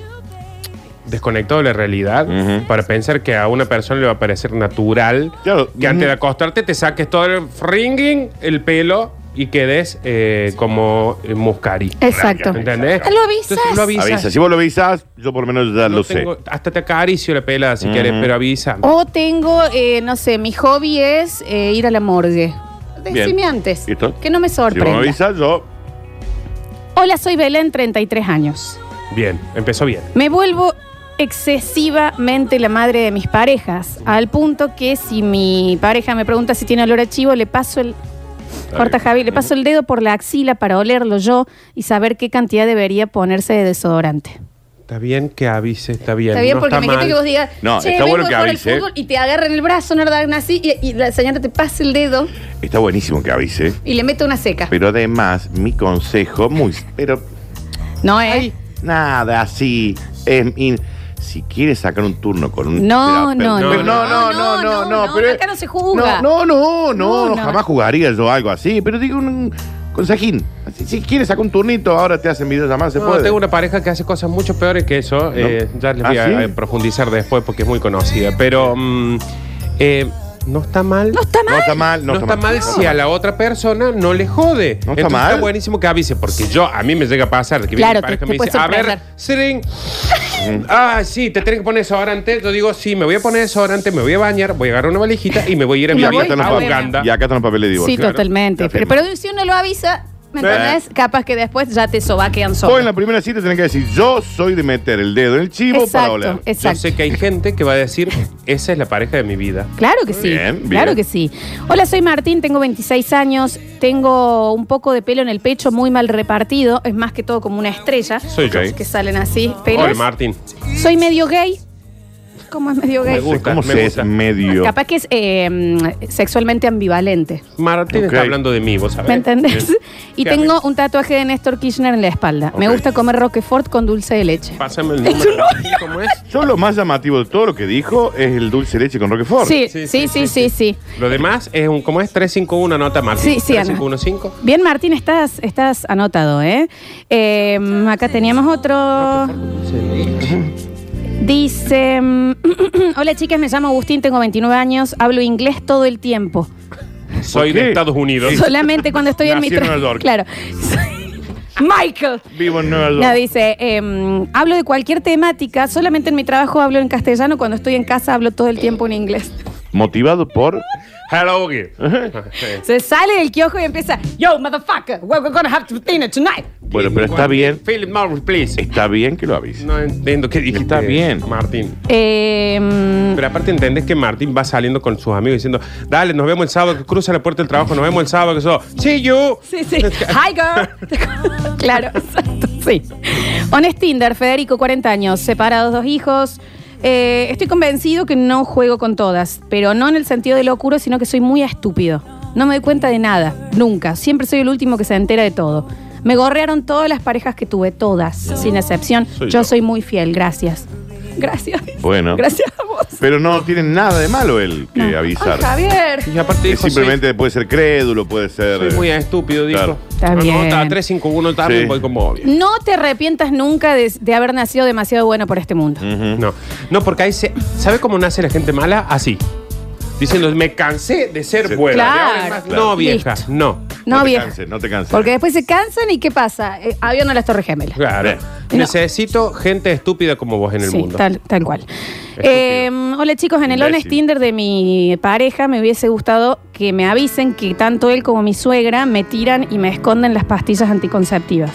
B: desconectado de la realidad
C: Ujú.
B: para pensar que a una persona le va a parecer natural
C: Claro.
B: que antes de acostarte te saques todo el ringing, el pelo y quedes eh, como eh, muscari.
A: Exacto.
B: ¿Entendés?
A: Ah, Lo avisas.
B: Entonces, lo avisas.
C: mm, Avisa. Si vos lo avisas, yo por lo menos ya
B: No
C: lo
B: tengo-
C: sé.
B: Hasta te acaricio la pelada si
C: Ujú.
B: querés, pero avisa.
A: O tengo, eh, no sé, mi hobby es eh, ir a la morgue. Decime
C: Bien.
A: antes.
C: ¿Listo?
A: Que no me
C: Si vos me
A: sorprenda.
C: avisas, yo.
A: Hola, soy Belén, 33 años.
B: Bien, empezó bien.
A: Me vuelvo excesivamente la madre de mis parejas, al punto que si mi pareja me pregunta si tiene olor a chivo, le paso el... Corta Javi, le paso el dedo por la axila para olerlo yo y saber qué cantidad debería ponerse de desodorante.
B: Está bien que avise, está bien.
A: Está bien,
B: no
A: porque me dijiste
B: mal.
A: que vos digas,
C: No,
A: che,
C: está
A: vengo
C: bueno
A: de
C: que
A: jugar al
C: avise.
A: fútbol y te agarran el brazo, no hagan así, y, y la señora te pasa el dedo
C: Está buenísimo que avise.
A: y le mete una seca.
C: Pero además, mi consejo, muy. Pero
A: No, ¿eh?
C: nada así. es in- si quieres sacar un turno con un.
A: No,
C: terapeuta-
A: no, no, no,
C: Pero no, no,
A: no,
C: no, no,
A: no,
C: no,
A: no,
C: pero-
A: acá no se juzga.
C: No, no, no,
A: No,
C: no,
A: no.
C: jamás jugaría yo algo así. Pero digo un consejín. Así, si quieres sacar un turnito, ahora te hacen videollamada, se
B: No,
C: puede.
B: tengo una pareja que hace cosas mucho peores que eso. eh, ya les voy
C: ¿Ah,
B: a
C: sí?
B: eh, profundizar después porque es muy conocida. Pero mm, eh, no está mal. No está
C: No está mal, no, está mal.
B: si a la otra persona no le jode.
C: No está
B: Entonces
C: mal.
B: Está buenísimo que avise, porque yo a mí me llega a pasar que viene
A: Claro,
B: mi
A: te-
B: pareja y me
A: te
B: dice,
A: puede
B: a ver,
A: sorprender.
B: Sering, ah, sí, te tenés que poner desodorante. Yo digo, sí, me voy a poner desodorante, me voy a bañar, voy a agarrar una valijita y me voy a ir a
A: Y
B: mi
A: me
C: Y acá
A: voy Ah,
C: están
B: a
A: a
C: los
B: Uganda.
C: papeles. Y acá están los papeles de
A: Sí,
C: divorcio.
B: claro.
A: totalmente.
C: Está
A: Pero,
C: bien.
A: pero si uno lo avisa, ¿me
B: Eh.
A: entendés? Capaz que después ya te sobaquean
C: Vos en
A: solo.
C: la primera cita tenés que decir, yo soy de meter el dedo en el chivo para oler.
A: Exacto,
B: Yo
A: exacto.
B: sé que hay gente que va a decir, esa es la pareja de mi vida.
A: Claro que sí,
C: Bien, bien.
A: claro que sí. Hola, soy Martín, tengo 26 años, tengo un poco de pelo en el pecho muy mal repartido, es más que todo como una estrella,
B: Soy yo.
A: que salen así,
B: Hola,
A: pelos.
B: Martín.
A: soy medio gay. ¿Cómo es medio
B: Me
A: gay?
C: No sé
B: gusta,
C: ¿Cómo
B: me
C: se
B: gusta.
C: es medio?
A: Capaz que es eh, mm, sexualmente ambivalente.
B: Martín
C: Ok.
B: está hablando de mí, vos sabés.
A: ¿Me entendés?
B: Bien.
A: Y
B: Qué
A: tengo
B: arreglo.
A: un tatuaje de Néstor Kirchner en la espalda. Me
C: Ok.
A: gusta comer Roquefort con dulce de leche.
B: Pásame el número. ¿Cómo es?
C: Yo lo más llamativo de todo lo que dijo es el dulce de leche con Roquefort.
A: Sí, sí, sí, sí, sí,
B: Lo demás es un, ¿cómo es? 351, anota Martín.
A: Sí, sí, Ana.
B: 3515.
A: Bien, Martín, estás, estás anotado, ¿eh? Eh, Acá teníamos otro. Dice, mm, hola chicas, me llamo Agustín, tengo 29 años, hablo inglés todo el tiempo.
B: Soy
C: ¿Por qué?
B: de Estados Unidos.
A: Solamente cuando estoy en mi
C: Nací en
A: tra-
C: Nueva York.
A: Claro. Michael.
C: Vivo en Nueva York.
A: No, dice, em, hablo de cualquier temática, solamente en mi trabajo hablo en castellano, cuando estoy en casa hablo todo el tiempo en inglés.
C: Motivado por.
B: Hello again.
A: Se sale del kiosco y empieza, yo, motherfucker, we're gonna have to dinner tonight.
C: Bueno, pero está bien.
B: Philip Morris, please.
C: Está bien que lo avise.
B: No entiendo qué dijiste.
C: Está bien.
B: Martín.
A: Em,
B: Pero aparte entendés que Martín va saliendo con sus amigos diciendo, dale, nos vemos el sábado, que cruza la puerta del trabajo, nos vemos el sábado, que eso. See you.
A: Sí, sí.
B: ah,
A: Hi, girl. claro, exacto, sí. Honest Tinder, Federico, 40 años, separados, dos hijos. Eh, estoy convencido que no juego con todas, pero no en el sentido de locura, sino que soy muy estúpido. No me doy cuenta de nada, nunca. Siempre soy el último que se entera de todo. Me gorrearon todas las parejas que tuve, todas, sin excepción.
C: Soy
A: yo,
C: yo.
A: soy muy fiel, gracias. Gracias.
C: Bueno.
A: Gracias a vos.
C: Pero no tiene nada de malo el que
A: No.
C: avisar.
A: Ay, Javier.
B: Y aparte
C: Que
B: dijo,
C: simplemente puede ser crédulo, puede ser.
B: soy, soy muy estúpido, dijo.
C: Claro.
A: Está bien.
B: Anota 351, también
C: Sí.
B: voy como obvio.
A: No te arrepientas nunca de, de haber nacido demasiado bueno por este mundo.
C: Ujú.
B: No, no, porque ahí se. ¿Sabe cómo nace la gente mala? Así. Diciendo, me cansé de ser
C: Sí.
B: buena.
A: Claro.
B: de ahora en más,
C: Claro.
B: No, vieja.
A: Listo.
B: No.
A: No,
C: te
A: vieja.
C: canses, no te canses.
A: Porque después se cansan y ¿qué pasa? Eh, avión a las Torres Gemelas.
B: Claro.
A: No.
B: Necesito gente estúpida como vos en el
A: sí,
B: mundo.
A: Tal, tal cual. Eh, hola chicos, en el
C: Imbécil.
A: Honest Tinder de mi pareja me hubiese gustado que me avisen que tanto él como mi suegra me tiran y me esconden las pastillas anticonceptivas.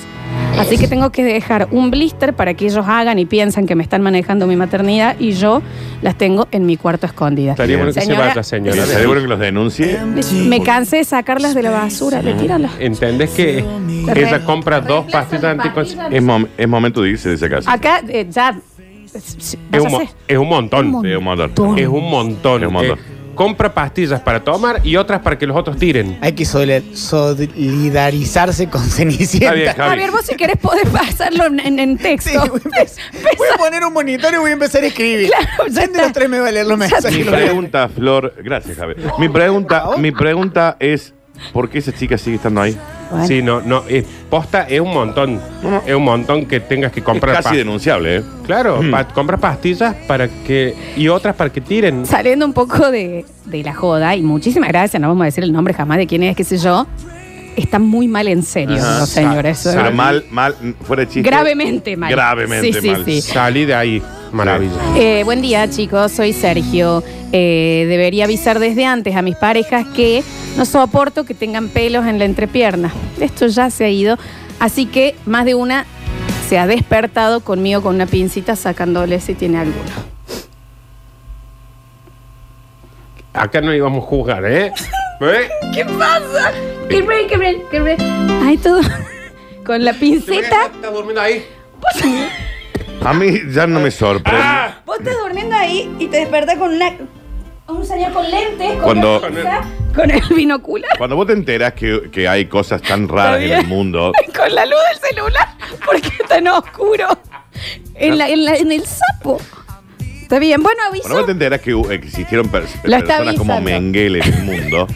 A: Así que tengo que dejar un blister para que ellos hagan y piensan que me están manejando mi maternidad y yo las tengo en mi cuarto escondida.
B: Estaría
C: Bien.
B: bueno que
A: Señora-
B: se vaya,
C: Pero
B: señora.
C: Estaría bueno que los denuncie.
A: Me cansé de sacarlas de la basura, retíralas.
B: ¿Entendés que
A: Re-
B: ella compra dos
A: reemplaza
B: pastillas
A: las
B: anticonceptivas?
C: Es, mom- es momento de irse de esa casa.
A: Acá eh, ya... s- s-
B: Es un,
A: vas a
B: mo-
A: hacer.
B: es un montón.
C: Sí, un montón.
B: Es un montón.
C: Es un montón.
B: Eh, compra pastillas para tomar y otras para que los otros tiren.
E: Hay que solidar- solidarizarse con Cenicienta.
B: Está bien, Eh, Javi.
A: Javier, vos si querés podés pasarlo en, en- en texto.
E: Sí, voy, a empezar- voy a poner un monitor y voy a empezar a escribir.
A: Claro, ya
E: Ya de
A: está.
E: los tres me va a leer los
A: Ya
C: Mi
E: mensajes.
C: pregunta, Flor. Gracias, Javier. Mi
A: Ah,
C: pregunta, mi pregunta es: ¿por qué esa chica sigue estando ahí?
A: Bueno.
B: Sí, no, no. eh, posta es un montón. Es un montón que tengas que comprar
C: es casi
B: pastillas.
C: denunciable, ¿eh?
B: Claro, pa- compras pastillas para que. y otras para que tiren.
A: Saliendo un poco de, de la joda, y muchísimas gracias, no vamos a decir el nombre jamás de quién es, qué sé yo. Está muy mal en serio,
C: Ajá.
A: no, señor.
E: Ah,
A: Eso
C: Pero
A: es-
C: mal, mal, fuera de chiste.
A: Gravemente mal.
C: Gravemente
A: Sí, sí,
C: mal.
A: sí.
B: Salí de ahí. Maravilla.
A: Eh, buen día, chicos. Soy Sergio. Eh, debería avisar desde antes a mis parejas que no soporto que tengan pelos en la entrepierna. Esto ya se ha ido. Así que más de una se ha despertado conmigo con una pincita sacándole si tiene alguno.
B: Acá no íbamos a juzgar, ¿eh? ¿Eh?
A: ¿Qué pasa? Que re, que re, que re. Ay, todo. Con la pinceta.
B: ¿Estás durmiendo ahí?
C: A mí ya no me sorprende.
B: ¡Ah!
A: Vos estás durmiendo ahí y te despertás con una. Un señor con lentes, con,
C: Cuando-
A: una pinza, con el binocular.
C: Cuando vos te enteras que, que hay cosas tan raras en
A: bien.
C: el mundo,
A: con la luz del celular porque está en oscuro. En, la, en, la- en el sapo. Está bien, bueno, aviso.
C: cuando vos te enteras que uh, existieron pers-
A: Lo está
C: personas como
A: avisando.
C: Mengele en el mundo,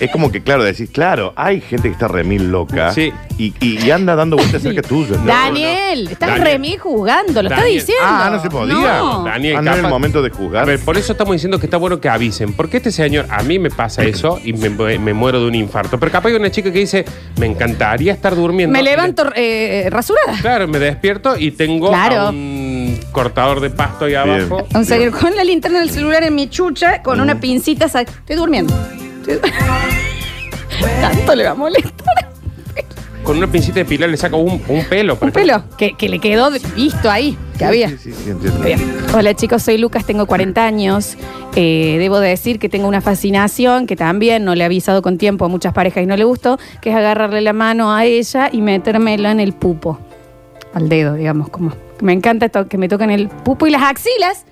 C: es como que, claro, decís, claro, hay gente que está remil loca
B: Sí.
C: y, y- y anda dando vueltas cerca tuyo. ¿no?
A: Daniel, estás
B: Daniel.
A: remí juzgando, lo estás
B: Daniel.
A: diciendo.
C: Ah, no se podía.
A: No.
B: Daniel,
C: Ah, no era el
B: capaz-
C: momento de
B: A
C: juzgar.
B: ver, por eso estamos diciendo que está bueno que avisen. Porque este señor, a mí me pasa eso y me, me muero de un infarto. Pero capaz hay una chica que dice, me encantaría estar durmiendo.
A: Me levanto eh, rasurada.
B: Claro, me despierto y tengo
A: Claro.
B: a un cortador de pasto ahí
C: Bien.
B: abajo.
A: Un señor con la linterna del celular en mi chucha, con
C: Mm.
A: una pincita. sa- Estoy durmiendo. Estoy dur- Tanto le va a molestar.
B: Con una pincita de pilar le saco un, un pelo. por
A: Un
B: ejemplo.
A: pelo que, que le quedó de- visto ahí, que había.
C: Sí, sí, sí, entiendo.
A: Bien. Hola chicos, soy Lucas, tengo 40 años. Eh, debo decir que tengo una fascinación que también no le he avisado con tiempo a muchas parejas y no le gustó, que es agarrarle la mano a ella y metérmela en el pupo, al dedo, digamos, como me encanta to- que me toquen el pupo y las axilas.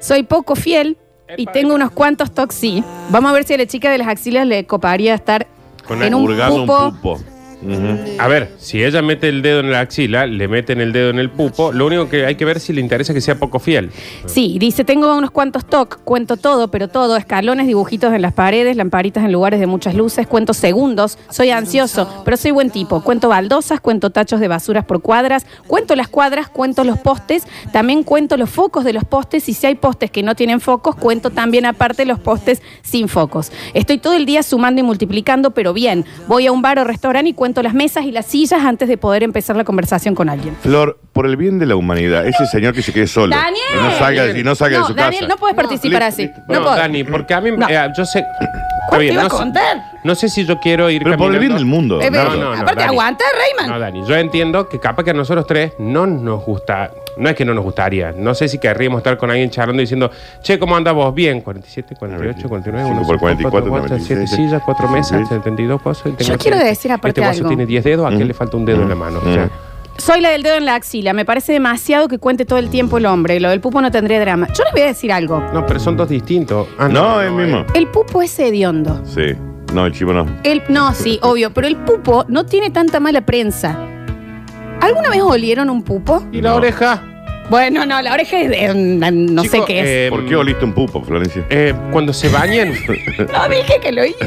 A: Soy poco fiel y
B: Epa,
A: tengo
B: epa.
A: unos cuantos tocs sí. Vamos a ver si a la chica de las axilas le coparía estar
B: Con
A: en
B: el
A: un
C: Hurgando un
A: pupo.
C: pupo. Ujú.
B: A ver, si ella mete el dedo en la axila, le meten el dedo en el pupo, lo único que hay que ver si le interesa que sea poco fiel.
A: Sí, dice, tengo unos cuantos TOC, cuento todo, pero todo, escalones, dibujitos en las paredes, lamparitas en lugares de muchas luces, cuento segundos, soy ansioso, pero soy buen tipo, cuento baldosas, cuento tachos de basuras por cuadras, cuento las cuadras, cuento los postes, también cuento los focos de los postes y si hay postes que no tienen focos, cuento también aparte los postes sin focos. Estoy todo el día sumando y multiplicando, pero bien, voy a un bar o restaurante y cuento las mesas y las sillas antes de poder empezar la conversación con alguien.
C: Flor, por el bien de la humanidad, ese señor que se quede solo.
A: Daniel.
C: Y no salga, y no salga
A: no,
C: de su
A: Daniel,
C: casa.
A: no puedes participar
C: listo,
A: así.
C: listo.
A: No,
B: No,
A: podés.
B: Dani, porque a mí,
A: No.
B: eh, yo sé... Está
A: ¿Cuál te iba a
B: no sé-
A: contar?
B: No sé si yo quiero ir
C: Pero por el bien
B: caminando-
C: del mundo.
A: Eh,
C: Daniel.
A: ve-
B: no, no,
A: aparte,
B: Dani.
A: aguanta, Rayman.
B: No, Dani, yo entiendo que capaz que a nosotros tres no nos gusta, no es que no nos gustaría, no sé si querríamos estar con alguien charlando diciendo, che, ¿cómo andas vos? Bien, 47,
C: Ah,
B: 48, 49,
C: 5
B: 1,
C: por 44,
B: 7
C: 96,
B: sillas, 4 mesas,
C: 76.
B: 72 cosas. y tengo
A: Yo quiero
B: 30.
A: decir aparte
B: Este vaso
A: algo.
B: tiene 10 dedos, ¿a qué
C: Mm.
B: le falta un dedo en la mano? O sea,
A: Soy la del dedo en la axila. Me parece demasiado que cuente todo el tiempo el hombre. Lo del pupo no tendría drama. Yo les voy a decir algo.
B: no, pero son dos distintos. Ah,
C: No, es mismo.
A: El pupo es hediondo.
C: Sí. No, el chivo no.
A: El, no, sí, obvio. Pero el pupo no tiene tanta mala prensa. ¿Alguna vez olieron un pupo?
B: eh. ¿Y la
C: No.
B: oreja? Bueno,
A: No, la oreja es de... No sé
B: Chico,
A: qué es.
B: eh,
C: ¿Por qué oliste un pupo, Florencia?
B: eh, cuando se bañen,
A: No dije que lo hice.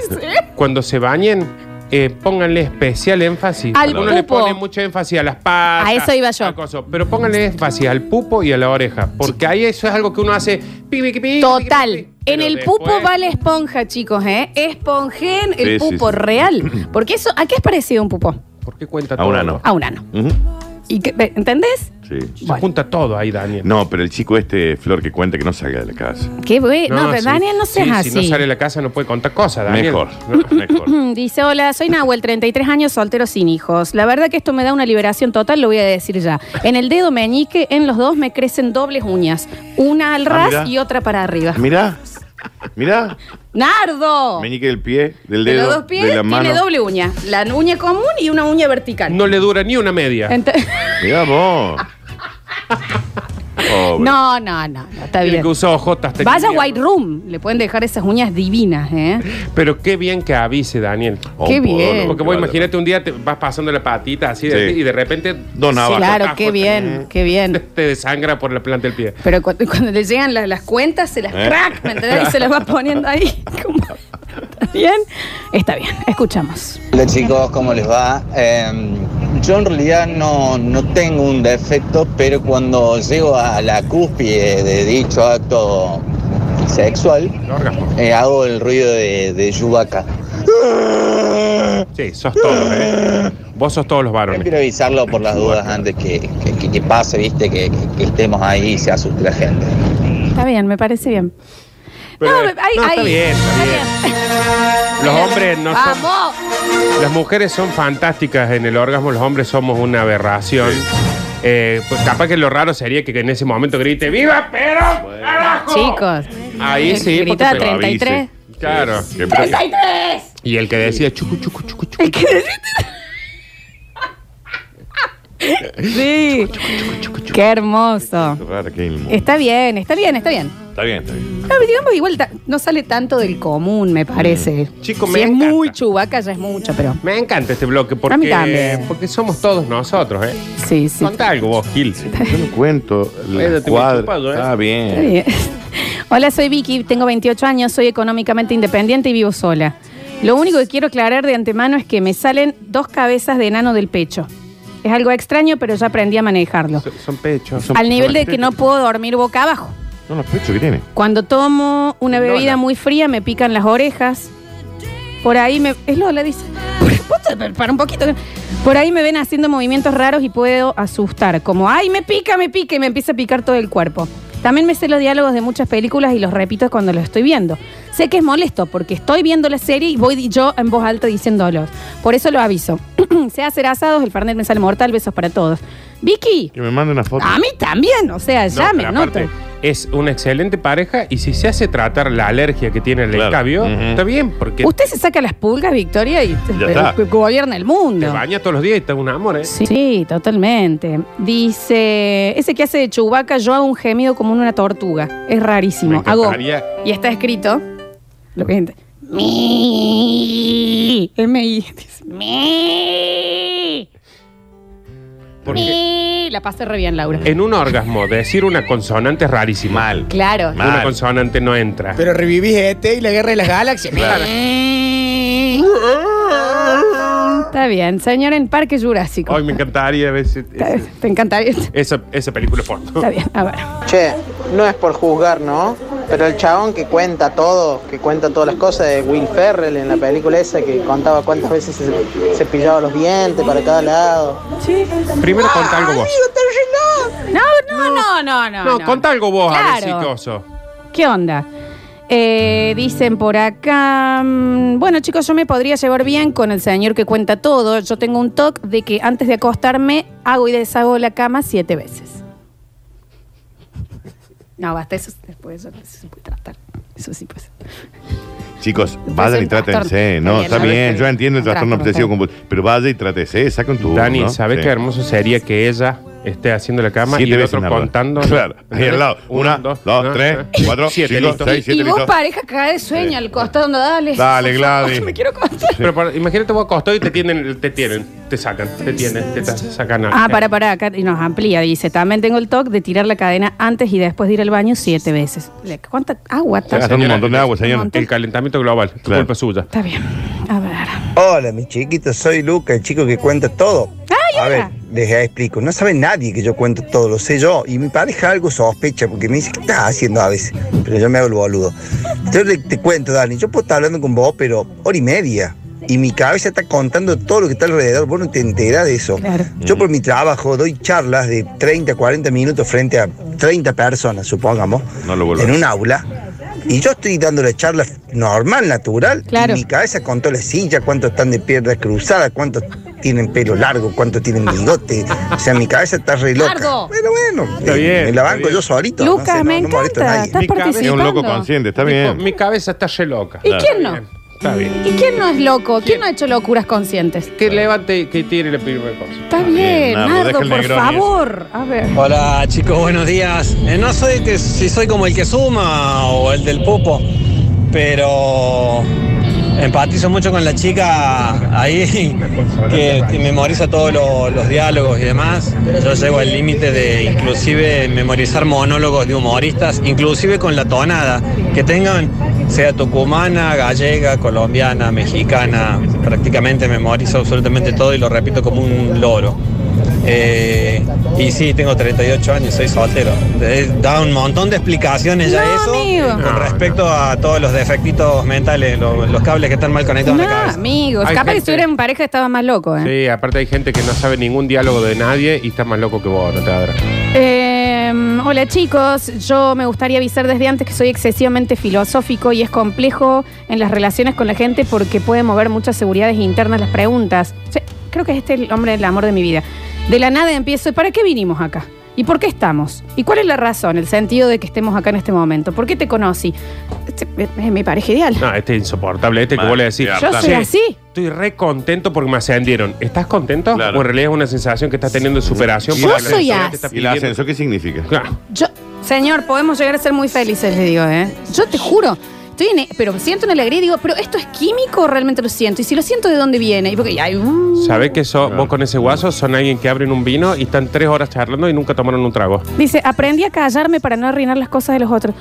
B: cuando se bañen... eh, pónganle especial énfasis.
A: Al
B: Uno le
A: pupo.
B: pone mucho énfasis a las patas.
A: A eso iba yo.
B: al coso, Pero pónganle énfasis al pupo y a la oreja. Porque ahí eso es algo que uno hace. pi, pi, pi, pi, pi,
A: Total.
B: pi, pi.
A: En
B: Pero
A: el
B: después-
A: pupo va la esponja, chicos, ¿eh? Esponjen el
C: Sí, sí,
A: pupo
C: sí.
A: real. Porque eso, ¿a qué es parecido un pupo?
B: ¿Por qué cuenta
C: A
B: todo?
C: una no.
A: A un ano.
C: Ujú.
A: ¿Y qué- ¿Entendés?
C: Sí.
B: Se
A: Bueno.
B: junta todo ahí, Daniel.
C: No, pero el chico este, Flor, que cuenta que no salga de la casa.
A: Qué bueno. No, pero
B: sí.
A: Daniel no
B: Sí,
A: seas así.
B: Si no sale de la casa, no puede contar cosas, Daniel.
C: Mejor,
B: No.
C: mejor.
A: Mm, Dice, hola, soy Nahuel, 33 años, soltero sin hijos. La verdad que esto me da una liberación total, lo voy a decir ya. En el dedo meñique, en los dos me crecen dobles uñas. Una al
C: Ah,
A: ras
C: mirá.
A: y otra para arriba.
C: Mirá, mirá.
A: ¡Nardo!
C: Meñique del pie, del
A: De
C: dedo,
A: los dos pies
C: de la mano.
A: tiene doble uña. La uña común y una uña vertical.
B: No le dura ni una media.
A: Ent-
C: Mirá vos. pobre.
A: No, no, no, no, está
B: Tiene
A: bien.
B: que usar ojotas. hasta
A: Vaya
B: el invierno.
A: White Room, le pueden dejar esas uñas divinas, ¿eh?
B: Pero qué bien que avise, Daniel.
C: O
A: Qué
C: un podólogo
A: bien.
B: Porque
C: que
B: vos
C: vaya.
B: imagínate un día te vas pasando la patita así de-
C: Sí.
B: y de repente
C: Dos navajas.
A: claro,
B: Tajo,
A: qué bien,
B: te-
A: qué
B: te,
A: bien.
B: te desangra por la planta del pie.
A: Pero cu- cuando, le llegan la- las cuentas, se las
C: ¿Eh?
A: crack, ¿me entendés? Y se las va poniendo ahí. como- ¿Está bien? Está bien, escuchamos.
I: Hola chicos, ¿cómo les va? Eh, yo en realidad no, no tengo un defecto, pero cuando llego a la cúspide de dicho acto sexual,
B: El orgasmo.
I: eh, hago el ruido de, de Chewbacca.
B: Sí, sos todos, ¿eh? Vos sos todos los varones.
I: Prefiero avisarlo por las dudas antes que, que- que- que pase, viste, que, que- que estemos ahí y se asuste la gente.
A: Está bien, me parece bien.
B: Pero,
A: no, me- ahí-
B: no, está
A: ahí.
B: bien, está bien. Los hombres no son-
A: ¡Vamos!
B: Las mujeres son fantásticas en el orgasmo, los hombres somos una aberración. Eh, pues capaz que lo raro sería que en ese momento grite ¡Viva Perón! carajo!".
A: Chicos.
B: Ahí sí,
A: Grita
B: porque-
A: 33.
B: Claro.
C: Que pre-
B: Y el que decía chucu, chucu, chucu, chucu.
A: ¿Qué Sí. Qué hermoso.
C: Raro que hay en el mundo.
A: Está bien, está bien, está bien.
C: Está bien, está bien.
A: No, pero digamos, igual ta- no sale tanto del común, me parece.
B: Mm. Chico,
A: si
B: me
A: es
B: encanta.
A: muy chubaca, ya es mucho, pero.
B: Me encanta este bloque porque,
A: A mí también.
B: porque somos todos nosotros, ¿eh?
A: Sí, sí.
B: Contá algo vos, Gil.
C: Yo no cuento
B: Bueno,
C: la
B: te
C: cuadra.
B: voy chupando, ¿eh?
C: Está
A: Está
C: bien.
A: bien. Hola, soy Vicky, tengo 28 años, soy económicamente independiente y vivo sola. Lo único que quiero aclarar de antemano es que me salen dos cabezas de enano del pecho. Es algo extraño, pero ya aprendí a manejarlo.
B: Son- Son pechos.
C: Son-
A: Al nivel
C: son las
A: de que no
C: tetas.
A: puedo dormir boca abajo.
C: Son los pechos que tiene.
A: Cuando tomo una bebida muy fría me pican las orejas. Por ahí me... Es Lola, dice. Puta, Para un poquito. Por ahí me ven haciendo movimientos raros y puedo asustar. Como, ay, me pica, me pica y me empieza a picar todo el cuerpo. También me sé los diálogos de muchas películas y los repito cuando los estoy viendo. Sé que es molesto porque estoy viendo la serie y voy di- yo en voz alta diciéndolos. Por eso lo aviso. sé hacer asados, el Fernet me sale mortal, besos para todos. Vicky,
C: Que me mande una foto.
A: a mí también, o sea,
B: No,
A: ya me
B: pero aparte,
A: noto.
B: Es una excelente pareja y si se hace tratar la alergia que tiene el
C: Claro.
B: escabio,
C: Ujú.
B: está bien, porque
A: Usted se saca las pulgas, Victoria, y
C: Ya está.
A: eh, gobierna el
B: te
A: mundo.
B: baña todos los días y está un amor, ¿eh?
A: Sí, sí, totalmente. Dice, ese que hace de Chewbacca, yo hago un gemido como una tortuga. Es rarísimo.
B: Me
A: Hago,
B: encantaría.
A: y está escrito, lo que gente- Mi. M-I. dice, Mi.
B: Porque
A: Mi. La pasé re bien, Laura.
B: en un orgasmo decir una consonante es rarísimo. Mal.
A: Claro.
C: Mal.
B: Una consonante no entra.
E: Pero revivís este y la guerra de las galaxias.
A: Está bien, señor en Parque Jurásico.
B: Hoy me encantaría ver ese-
A: Está bien,
B: ese-
A: Te encantaría.
B: esa, esa película fondo.
A: Está bien, a ver.
I: Che, no es por juzgar, Eh, ¿no? Pero el chabón que cuenta todo, que cuenta todas las cosas de Will Ferrell en la película esa, que contaba cuántas veces se, se pillaba los dientes para cada lado.
B: Primero contá algo vos.
A: No, no, no, no, no.
B: No, contá algo vos, a ver si
A: Claro.
B: coso.
C: Uh,
A: ¿Qué onda? Eh, dicen por acá, mm, bueno chicos, yo me podría llevar bien con el señor que cuenta todo. Yo tengo un toque de que antes de acostarme hago y deshago la cama siete veces. No, basta, eso después eso, eso se puede tratar. Eso sí, pues.
C: Chicos,
A: Entonces,
C: vayan y
A: el trastorno-
C: trátense.
A: Está
C: No,
A: bien,
C: está
A: ¿no?
C: bien. Yo entiendo el trastorno
A: Trastorno,
C: obsesivo compulsivo. Pero vaya y trátese, saquen tu.
B: Dani,
C: ¿no?
B: ¿sabés
C: Sí.
B: qué hermoso sería que ella esté haciendo la cama
C: Siete
B: y el
C: veces
B: otro
C: nada más.
B: contando?
C: Claro, ahí al lado.
B: Uno,
C: Una, dos,
B: ¿no?
C: tres, cuatro,
B: Siete,
C: cinco,
B: listo.
C: seis, siete,
A: y vos
C: listo.
A: pareja cae de sueño
C: Sí.
A: al costado, ando, dale.
C: Dale,
A: Por favor,
C: Gladys.
A: Me quiero acostar.
B: Pero para- imagínate vos acostado y te tienen, te tienen, te sacan, te tienen, te ta- sacan.
A: Ah, para, para, acá y nos amplía. Dice, también tengo el toque de tirar la cadena antes y después de ir al baño siete veces. Le- ¿Cuánta agua?
C: Está
A: tan-
C: gastando un
B: Señora,
C: montón de agua, señor.
A: montón.
B: El calentamiento global, es
C: Claro.
B: culpa suya.
A: Está bien. A ver.
H: Hola, mis chiquitos, soy Luca, el chico que cuenta todo.
A: Ay,
H: A ver,
A: hola.
H: les explico. No sabe nadie que yo cuento todo, lo sé yo. Y mi pareja algo sospecha porque me dice, ¿qué estás haciendo a veces? Pero yo me hago el boludo. Yo le- te cuento, Dani, yo puedo estar hablando con vos, pero hora y media. Y mi cabeza está contando todo lo que está alrededor. Vos no te enterás de eso.
A: Claro.
H: Yo por mi trabajo doy charlas de 30, 40 minutos frente a 30 personas, supongamos,
C: No lo vuelvo a
H: en
C: hacer.
H: un aula. Y yo estoy dando la charla normal, natural.
A: Claro.
H: Y mi cabeza contó la silla, cuántos están de piernas cruzadas, cuántos tienen pelo largo, cuántos tienen bigote. O sea, mi cabeza está re loca.
A: Largo.
H: Pero bueno,
B: Está
H: eh,
B: bien,
H: me la
B: está
H: banco
B: bien.
H: yo solito. no
A: Lucas,
H: sé, no-
A: me
H: no molesto a
A: encanta.
H: nadie.
A: Estás
B: Mi cabeza-
A: participando.
C: Es un loco consciente, está
B: Mi co-
C: bien.
B: Mi cabeza está re loca.
A: ¿Y quién no?
B: Bien. Está bien.
A: ¿Y quién no es loco? ¿Quién, no ha hecho locuras conscientes?
B: Que levante y que tire la primera cosa.
A: Está
C: Está
A: bien,
C: bien, Nardo,
A: Nardo,
C: deja el
A: por
C: Negroni ese.
A: favor. A ver.
J: Hola chicos, buenos días. Eh, no soy que si soy como el que suma o el del popo, pero empatizo mucho con la chica ahí que, que memoriza todos lo- los diálogos y demás. Yo llego al límite de inclusive memorizar monólogos de humoristas, inclusive con la tonada, que tengan sea tucumana, gallega, colombiana, mexicana, prácticamente memorizo absolutamente todo y lo repito como un loro. Eh, y sí, tengo 38 años, soy soltero. Eh, Da un montón de explicaciones ya
A: No,
J: eso
A: amigo.
J: eh, con
B: No,
J: respecto a todos los defectitos mentales, lo- los cables que están mal conectados
A: No,
J: en la cabeza.
A: amigos.
B: Hay
A: Capaz que
B: gente-
A: si hubieran pareja estaba más loco, ¿eh?
B: Sí, aparte hay gente que no sabe ningún diálogo de nadie y está más loco que vos, no te adra.
A: Eh, hola chicos, yo me gustaría avisar desde antes que soy excesivamente filosófico y es complejo en las relaciones con la gente porque puede mover muchas seguridades internas las preguntas. Sí, creo que este es el hombre del amor de mi vida. De la nada empiezo, ¿para qué vinimos acá? ¿Y por qué estamos? ¿Y cuál es la razón, el sentido de que estemos acá en este momento? ¿Por qué te conocí? Este es mi pareja ideal.
B: No, este es insoportable. Este que
C: Mal,
B: vos le decís.
C: ya,
A: Yo
C: claro.
A: soy
B: "Che,
A: así.
B: Estoy re contento porque me ascendieron. ¿Estás contento?
C: Claro.
B: O en realidad es una sensación que estás teniendo de superación.
C: Yo
B: porque la
A: soy
B: sociedad
A: así.
B: te está
C: ¿Y la
B: pidiendo-
C: ascenso qué significa?
B: Claro.
A: Yo, señor, podemos llegar a ser muy felices, le digo, ¿eh? Yo te juro. Estoy en, e-, pero siento una alegría y digo, ¿pero esto es químico o realmente lo siento? Y si lo siento, ¿de dónde viene? Y porque, ay, uh.
B: ¿Sabés que so- vos con ese guaso son alguien que abren un vino y están tres horas charlando y nunca tomaron un trago?
A: Dice, aprendí a callarme para no arruinar las cosas de los otros.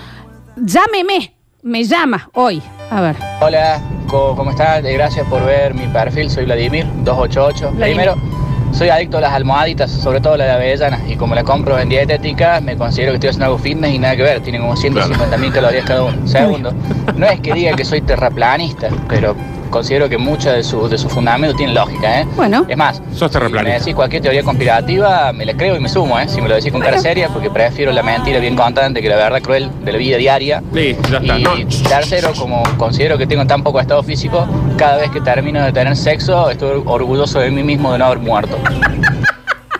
A: Llámeme, me llama hoy. A ver.
K: Hola, co- ¿cómo estás? Eh, Gracias por ver mi perfil, soy Vladimir, 288.
A: Vladimir.
K: Primero, soy adicto a las almohaditas, sobre todo la de avellana, y como la compro en dietética, me considero que estoy haciendo algo fitness y nada que ver, tiene como 150 mil calorías cada uno. Segundo, no es que diga que soy terraplanista, pero considero que muchos de sus de su fundamentos tienen lógica, ¿eh?
A: Bueno.
K: Es más,
B: Sos
K: si me
B: terraplanista.
K: decís cualquier teoría conspirativa, me la creo y me sumo, ¿eh? Si me lo decís con cara seria, porque prefiero la mentira bien constante que la verdad cruel de la vida diaria.
B: Listo, ya está.
K: Y
B: No.
K: tercero, como considero que tengo tan poco estado físico, cada vez que termino de tener sexo, estoy orgulloso de mí mismo de no haber muerto.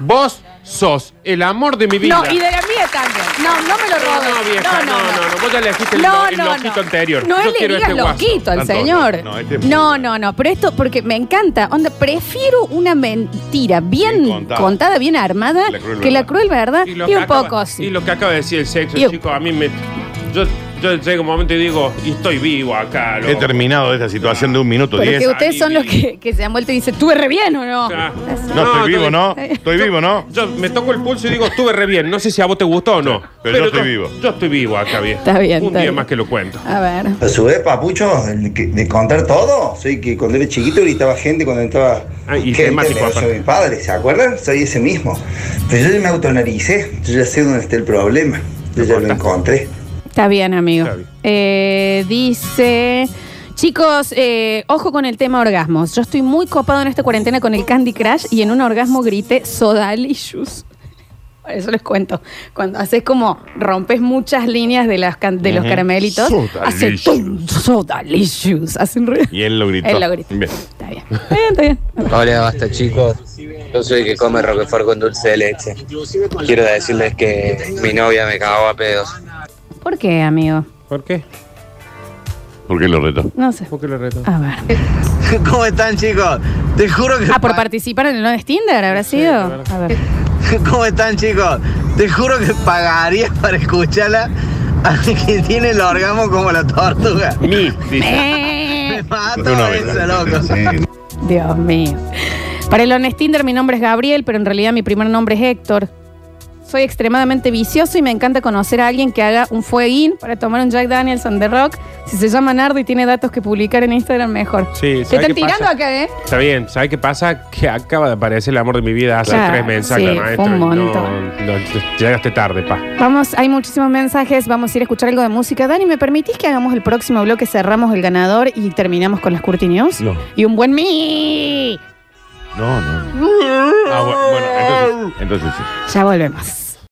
B: Vos sos el amor de mi vida.
A: No, y de la mía también. No, no me lo
B: No, no,
A: robes.
B: vieja, no, no, no, vos ya elegiste el, lo- el loquito anterior.
A: No
B: Yo
A: le
B: quiero
A: digas
B: este guaso.
A: loquito al
C: Tanto,
A: señor.
C: no, este es muy
A: No, no,
C: bueno.
A: no, pero esto, porque me encanta. Onda, prefiero una mentira bien,
C: Bien
A: contada.
C: contada.
A: bien armada
C: La cruel
A: que la
C: verdad.
A: cruel verdad y,
B: lo
A: un
B: que acaba-
A: poco así.
B: Y lo que acaba de decir el sexo,
A: Y-
B: chico, a mí me. Yo, yo llego un momento y digo, y estoy vivo acá.
C: He
B: loco.
C: terminado esta situación de un minuto
A: Pero que
C: diez.
A: ustedes son los que, que se han vuelto y dicen, ¿tuve re bien o no?
B: Ah.
C: No, estoy vivo,
B: bien.
C: ¿no? Estoy vivo, ¿no?
B: Yo me toco el pulso y digo, estuve re bien. No sé si a vos te gustó o no.
C: pero yo estoy vivo.
B: Yo estoy vivo acá, viejo.
A: Está bien,
B: Un
A: está
B: día
A: bien.
B: más que lo cuento.
A: A ver.
H: A su vez, Papucho, el que- de contar todo, soy que cuando era chiquito gritaba gente cuando entraba
B: Ah, y
H: gente en
B: temático,
H: el negocio
B: aparte.
H: de mi padre, ¿se acuerdan? Soy ese mismo. Pero yo ya me autonaricé, yo ya sé dónde está el problema, yo ya lo encontré.
A: Está bien, amigo.
B: Está bien.
A: Eh, dice. Chicos, eh, ojo con el tema orgasmos. Yo estoy muy copado en esta cuarentena con el Candy Crush y en un orgasmo grité Sodalicious. Eso les cuento. Cuando haces como rompes muchas líneas de, las can- de los caramelitos, hace tum, Sodalicious. Hacen ruido.
C: Y él lo gritó.
A: Él lo grita.
C: Bien.
A: Está bien. Está bien, está bien.
J: Hola, basta chicos. Yo soy el que come roquefort con dulce de leche. Quiero decirles que mi novia me cagó a pedos.
A: ¿Por qué, amigo?
B: ¿Por qué?
C: ¿Por qué lo retó?
A: No sé.
B: ¿Por qué lo reto?
A: A ver.
J: ¿Cómo están chicos? Te juro que...
A: Ah, por participar en el No de Tinder, habrá sido. A ver.
J: ¿Cómo están chicos? Te juro que pagaría para escucharla a que tiene el orgasmo como la tortuga.
B: Ni, dice.
A: Eh.
J: Me mato
C: Una vez.
J: eso, loco.
C: Sí.
A: Dios mío. Para el Honestinder mi nombre es Gabriel, pero en realidad mi primer nombre es Héctor. Soy extremadamente vicioso y me encanta conocer a alguien que haga un fueguín para tomar un Jack Daniels on the rock. Si se llama Nardo y tiene datos que publicar en Instagram, mejor.
B: Sí,
A: Te
B: ¿sabes
A: están
B: qué
A: tirando
B: pasa?
A: acá, ¿eh?
B: Está bien, ¿sabes qué pasa? Que acaba de aparecer el amor de mi vida hace
A: Claro,
B: tres mensajes,
A: sí,
B: maestro.
A: fue un
B: y no-
A: montón.
B: no, te- llegaste tarde, pa.
A: Vamos, hay muchísimos mensajes. Vamos a ir a escuchar algo de música. Dani, ¿me permitís que hagamos el próximo bloque? Cerramos el ganador y terminamos con las Curti News.
C: No.
A: Y un buen mi.
C: No, no. no. Ah, bueno, bueno, entonces, entonces sí.
A: Ya volvemos.